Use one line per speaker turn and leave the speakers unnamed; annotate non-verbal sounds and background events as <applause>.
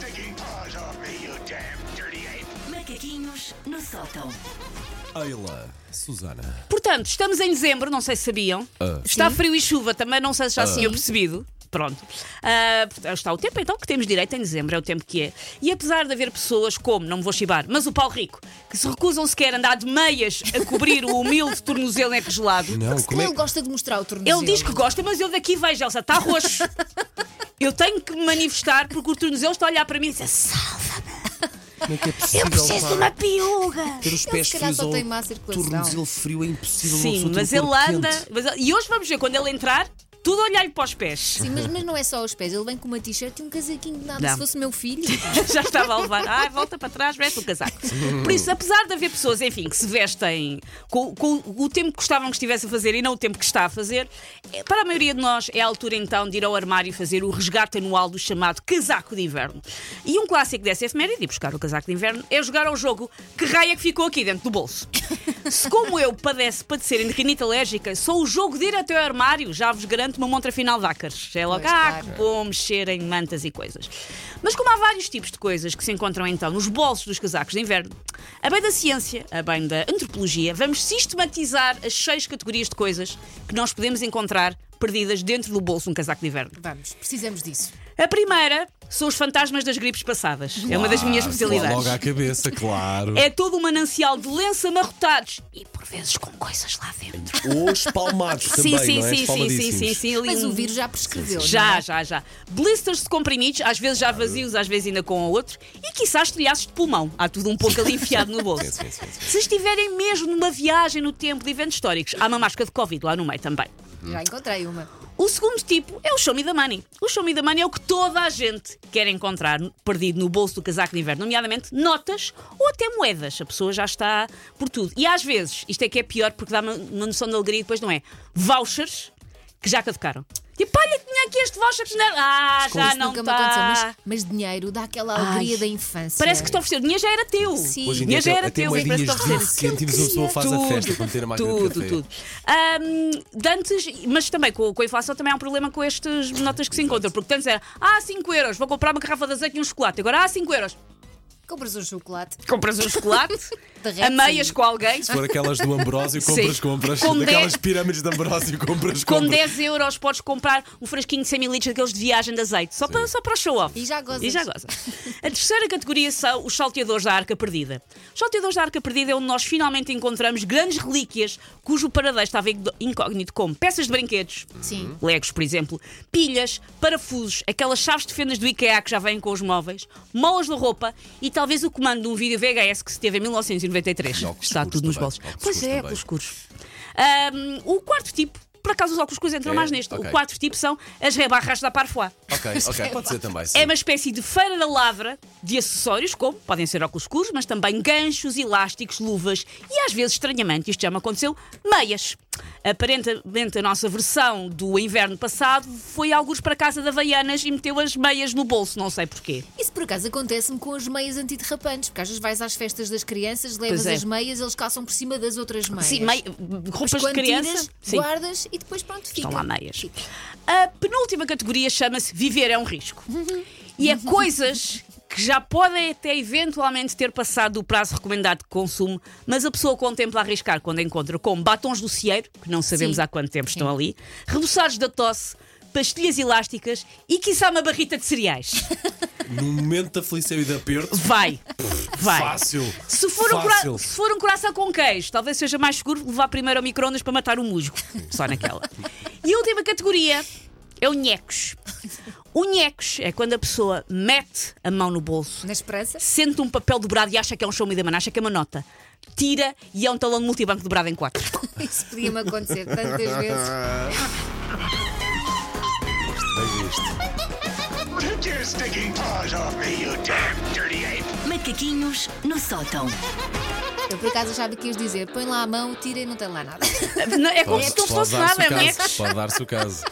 taking paws off me, you damn dirty ape! <laughs>
Macaquinhos no sótão.
Ayla, Susana.
Portanto, estamos em dezembro, não sei se sabiam.
Ah.
Está frio e chuva também, não sei se já se tinham percebido. Pronto. Ah, portanto, está o tempo então que temos direito em dezembro, é o tempo que é. E apesar de haver pessoas como, não me vou chibar, mas o Paulo Rico, que se recusam sequer a andar de meias a cobrir o humilde tornozelo enregelado,
Não, como é
Ele
que.
gosta de mostrar o tornozelo.
ele diz que gosta, mas eu daqui vejo, Elsa, está roxo. Eu tenho que me manifestar porque o tornozelo está a olhar para mim e dizer salva-me.
Como é que é possível? pá?
piuga.
Ter os
Ele,
pés
se calhar,
frios
só
ou
tem má circulação.
tornozelo frio é impossível. uma
Sim,
pessoa ter
mas
o
ele
corpo
anda.
quente.
mas ele- e hoje vamos ver, quando ele entrar, tudo a olhar-lhe para os pés.
Sim, mas, mas não é só os pés. Ele vem com uma t-shirt e um casaquinho de nada.
Não.
Se fosse
<laughs>
meu filho.
Já estava a levar. Ai, volta para trás, veste o casaco. Por isso, apesar de haver pessoas, enfim, que se vestem com, com o tempo que gostavam que estivesse a fazer e não o tempo que está a fazer, eh, para a maioria de nós é a altura então de ir ao armário e fazer o resgate anual do chamado casaco de inverno. E um clássico dessa efeméride, de buscar o casaco de inverno, é jogar ao jogo que raia que ficou aqui dentro do bolso. Se como eu padece padecerem de rinite alérgica, só o jogo de ir até ao armário já vos garanto uma montra final de ácaros. É logo,
Pois,
ah,
claro.
que bom mexer em mantas e coisas. Mas como há vários tipos de coisas que se encontram então nos bolsos dos casacos de inverno, a bem da ciência, a bem da antropologia, vamos sistematizar as seis categorias de coisas que nós podemos encontrar perdidas dentro do bolso de um casaco de inverno.
Vamos, precisamos disso.
A primeira são os fantasmas das gripes passadas. É uma das minhas especialidades.
Logo à cabeça, claro.
É todo um manancial de lenço amarrotados e por vezes com coisas lá
<laughs>
dentro.
Ou espalmados também,
sim,
não é?
sim, sim, sim,
Espalmadíssimos.
sim, sim. ali
Mas
um-
o vírus já é? prescreveu.
Já, já, já. Blisters de comprimidos, às vezes já vazios, às vezes ainda com o outro, e quiçás telhaços de pulmão. Há tudo um pouco ali enfiado no bolso.
<laughs> Sim, sim, sim.
Se estiverem mesmo numa viagem no tempo de eventos históricos, há uma máscara de Covid lá no meio também.
Hum.
não é? Já encontrei uma.
O segundo tipo é o show me the money. O show me the money é o que toda a gente quer encontrar perdido no bolso do casaco de inverno, nomeadamente notas ou até moedas. A pessoa já está por tudo. E às vezes, isto é que é pior porque dá uma, uma noção de alegria e depois não é. Vouchers que já caducaram. Tipo, olha que tinha aqui este voucher que não... Ah, já
Isso
não
nunca me aconteceu,
está.
mas, mas dinheiro dá aquela alegria
Ai,
da infância.
Parece que te ofereceu. O dinheiro já era teu.
Sim.
Hoje em dia
Dinheiro já
até,
era
até
teu.
moedinhas
parece que te
de
ofereceram.
20 cêntimos uma pessoa faz a festa para meter a máquina
Tudo,
de café.
tudo. Ahm, de antes, mas também com, com a inflação também há um problema com estas notas que se encontram, porque antes era, ah, 5 euros, vou comprar uma garrafa de azeite e um chocolate. Agora, ah, 5 euros,
Compras um chocolate.
compras um chocolate,
Derrete-se
a meias
aí.
com alguém,
Se for aquelas do Ambrósio, compras,
Sim.
compras.
Com
Daquelas
dez-
pirâmides de Ambrósio, compras, compras.
com 10 euros podes comprar um frasquinho de 100 ml daqueles de viagem de azeite, só para, só para o show-off.
E já gozas.
E já gozas. A terceira categoria são os salteadores da Arca Perdida. Os salteadores da Arca Perdida é onde nós finalmente encontramos grandes relíquias cujo paradeiro estava incógnito, como peças de brinquedos,
Sim.
Legos, por exemplo, pilhas, parafusos, aquelas chaves de fendas do IKEA que já vêm com os móveis, molas de roupa e talvez o comando de um vídeo VHS que se teve em 1993.
E óculos
Está
escuros
tudo nos
também,
bolsos.
óculos
Pois
escuros
é,
também.
óculos escuros. Ahm, o quarto tipo, por acaso os óculos escuros entram
É?
mais neste,
Ok.
o quarto tipo são as rebarras da Parfois.
Ok, ok, pode ser também. sim.
É uma espécie de feira da lavra de acessórios, como podem ser óculos escuros, mas também ganchos, elásticos, luvas e às vezes, estranhamente, isto já me aconteceu, meias. Aparentemente, a nossa versão do inverno passado foi alguns para casa da Havaianas e meteu as meias no bolso, não sei porquê.
Isso por acaso acontece-me com as meias antiderrapantes, porque às vezes vais às festas das crianças, levas
Pois é.
as meias, eles calçam por cima das outras meias.
Sim, mei- roupas de
Quando
criança.
tiras,
Sim.
guardas e depois pronto, fica.
Estão lá meias.
Fica.
A penúltima categoria chama-se Viver é um risco. E é coisas que já podem até eventualmente ter passado do prazo recomendado de consumo, mas a pessoa contempla arriscar quando encontra como batons do cieiro, que não sabemos
Sim.
há quanto tempo estão ali, reboçados da tosse, pastilhas elásticas e quiçá uma barrita de cereais.
No momento da felicidade e de aperto,
Vai, vai.
fácil.
Se for, um
fácil.
cora- se for um coração com queijo, talvez seja mais seguro levar primeiro ao microondas para matar o musgo. Só naquela. E a última categoria é o nhecos. O nhecos é quando a pessoa mete a mão no bolso,
Na esperança? <laughs>
sente um papel dobrado e acha que é um show me da mana, acha que é uma nota. Tira e é um talão de multibanco dobrado em quatro.
Isso podia-me acontecer tantas vezes.
Bem visto.
Take your stinking paws off me, you damn dirty ape!
Macaquinhos no sótão.
Eu por acaso achava que ias dizer: põe lá a mão, tira e não tem lá nada. <laughs>
Não, É como
Pode-
se não
pode
fosse
dar-se
nada,
o
é
caso,
nhecos.
Pode dar-se o caso.